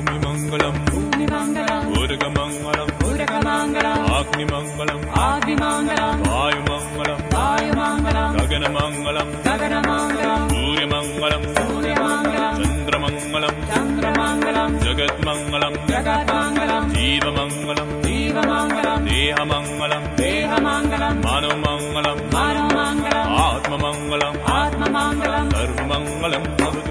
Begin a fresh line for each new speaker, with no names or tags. अग्निमङ्गलम्
पुण्यमङ्गलम्
उदकमङ्गलम्
उदकमङ्गलम्
अग्निमङ्गलम्
आदिमङ्गलम्
वायुमङ्गलम्
वायुमङ्गलम्
गगनमङ्गलम्
गगनमङ्गलम्
सूर्यमङ्गलम्
सूर्यमङ्गलम्
चन्द्रमङ्गलम्
चन्द्रमङ्गलम्
जगत्मङ्गलम्
जगन्मङ्गलम्
जीवमङ्गलम्
जीवमङ्गलम्
देहमङ्गलम्
देहमङ्गलम्
मानवमङ्गलम्
मानवमङ्गलम्
आत्ममङ्गलम्
आत्ममङ्गलम्
सर्वमङ्गलम् भवतु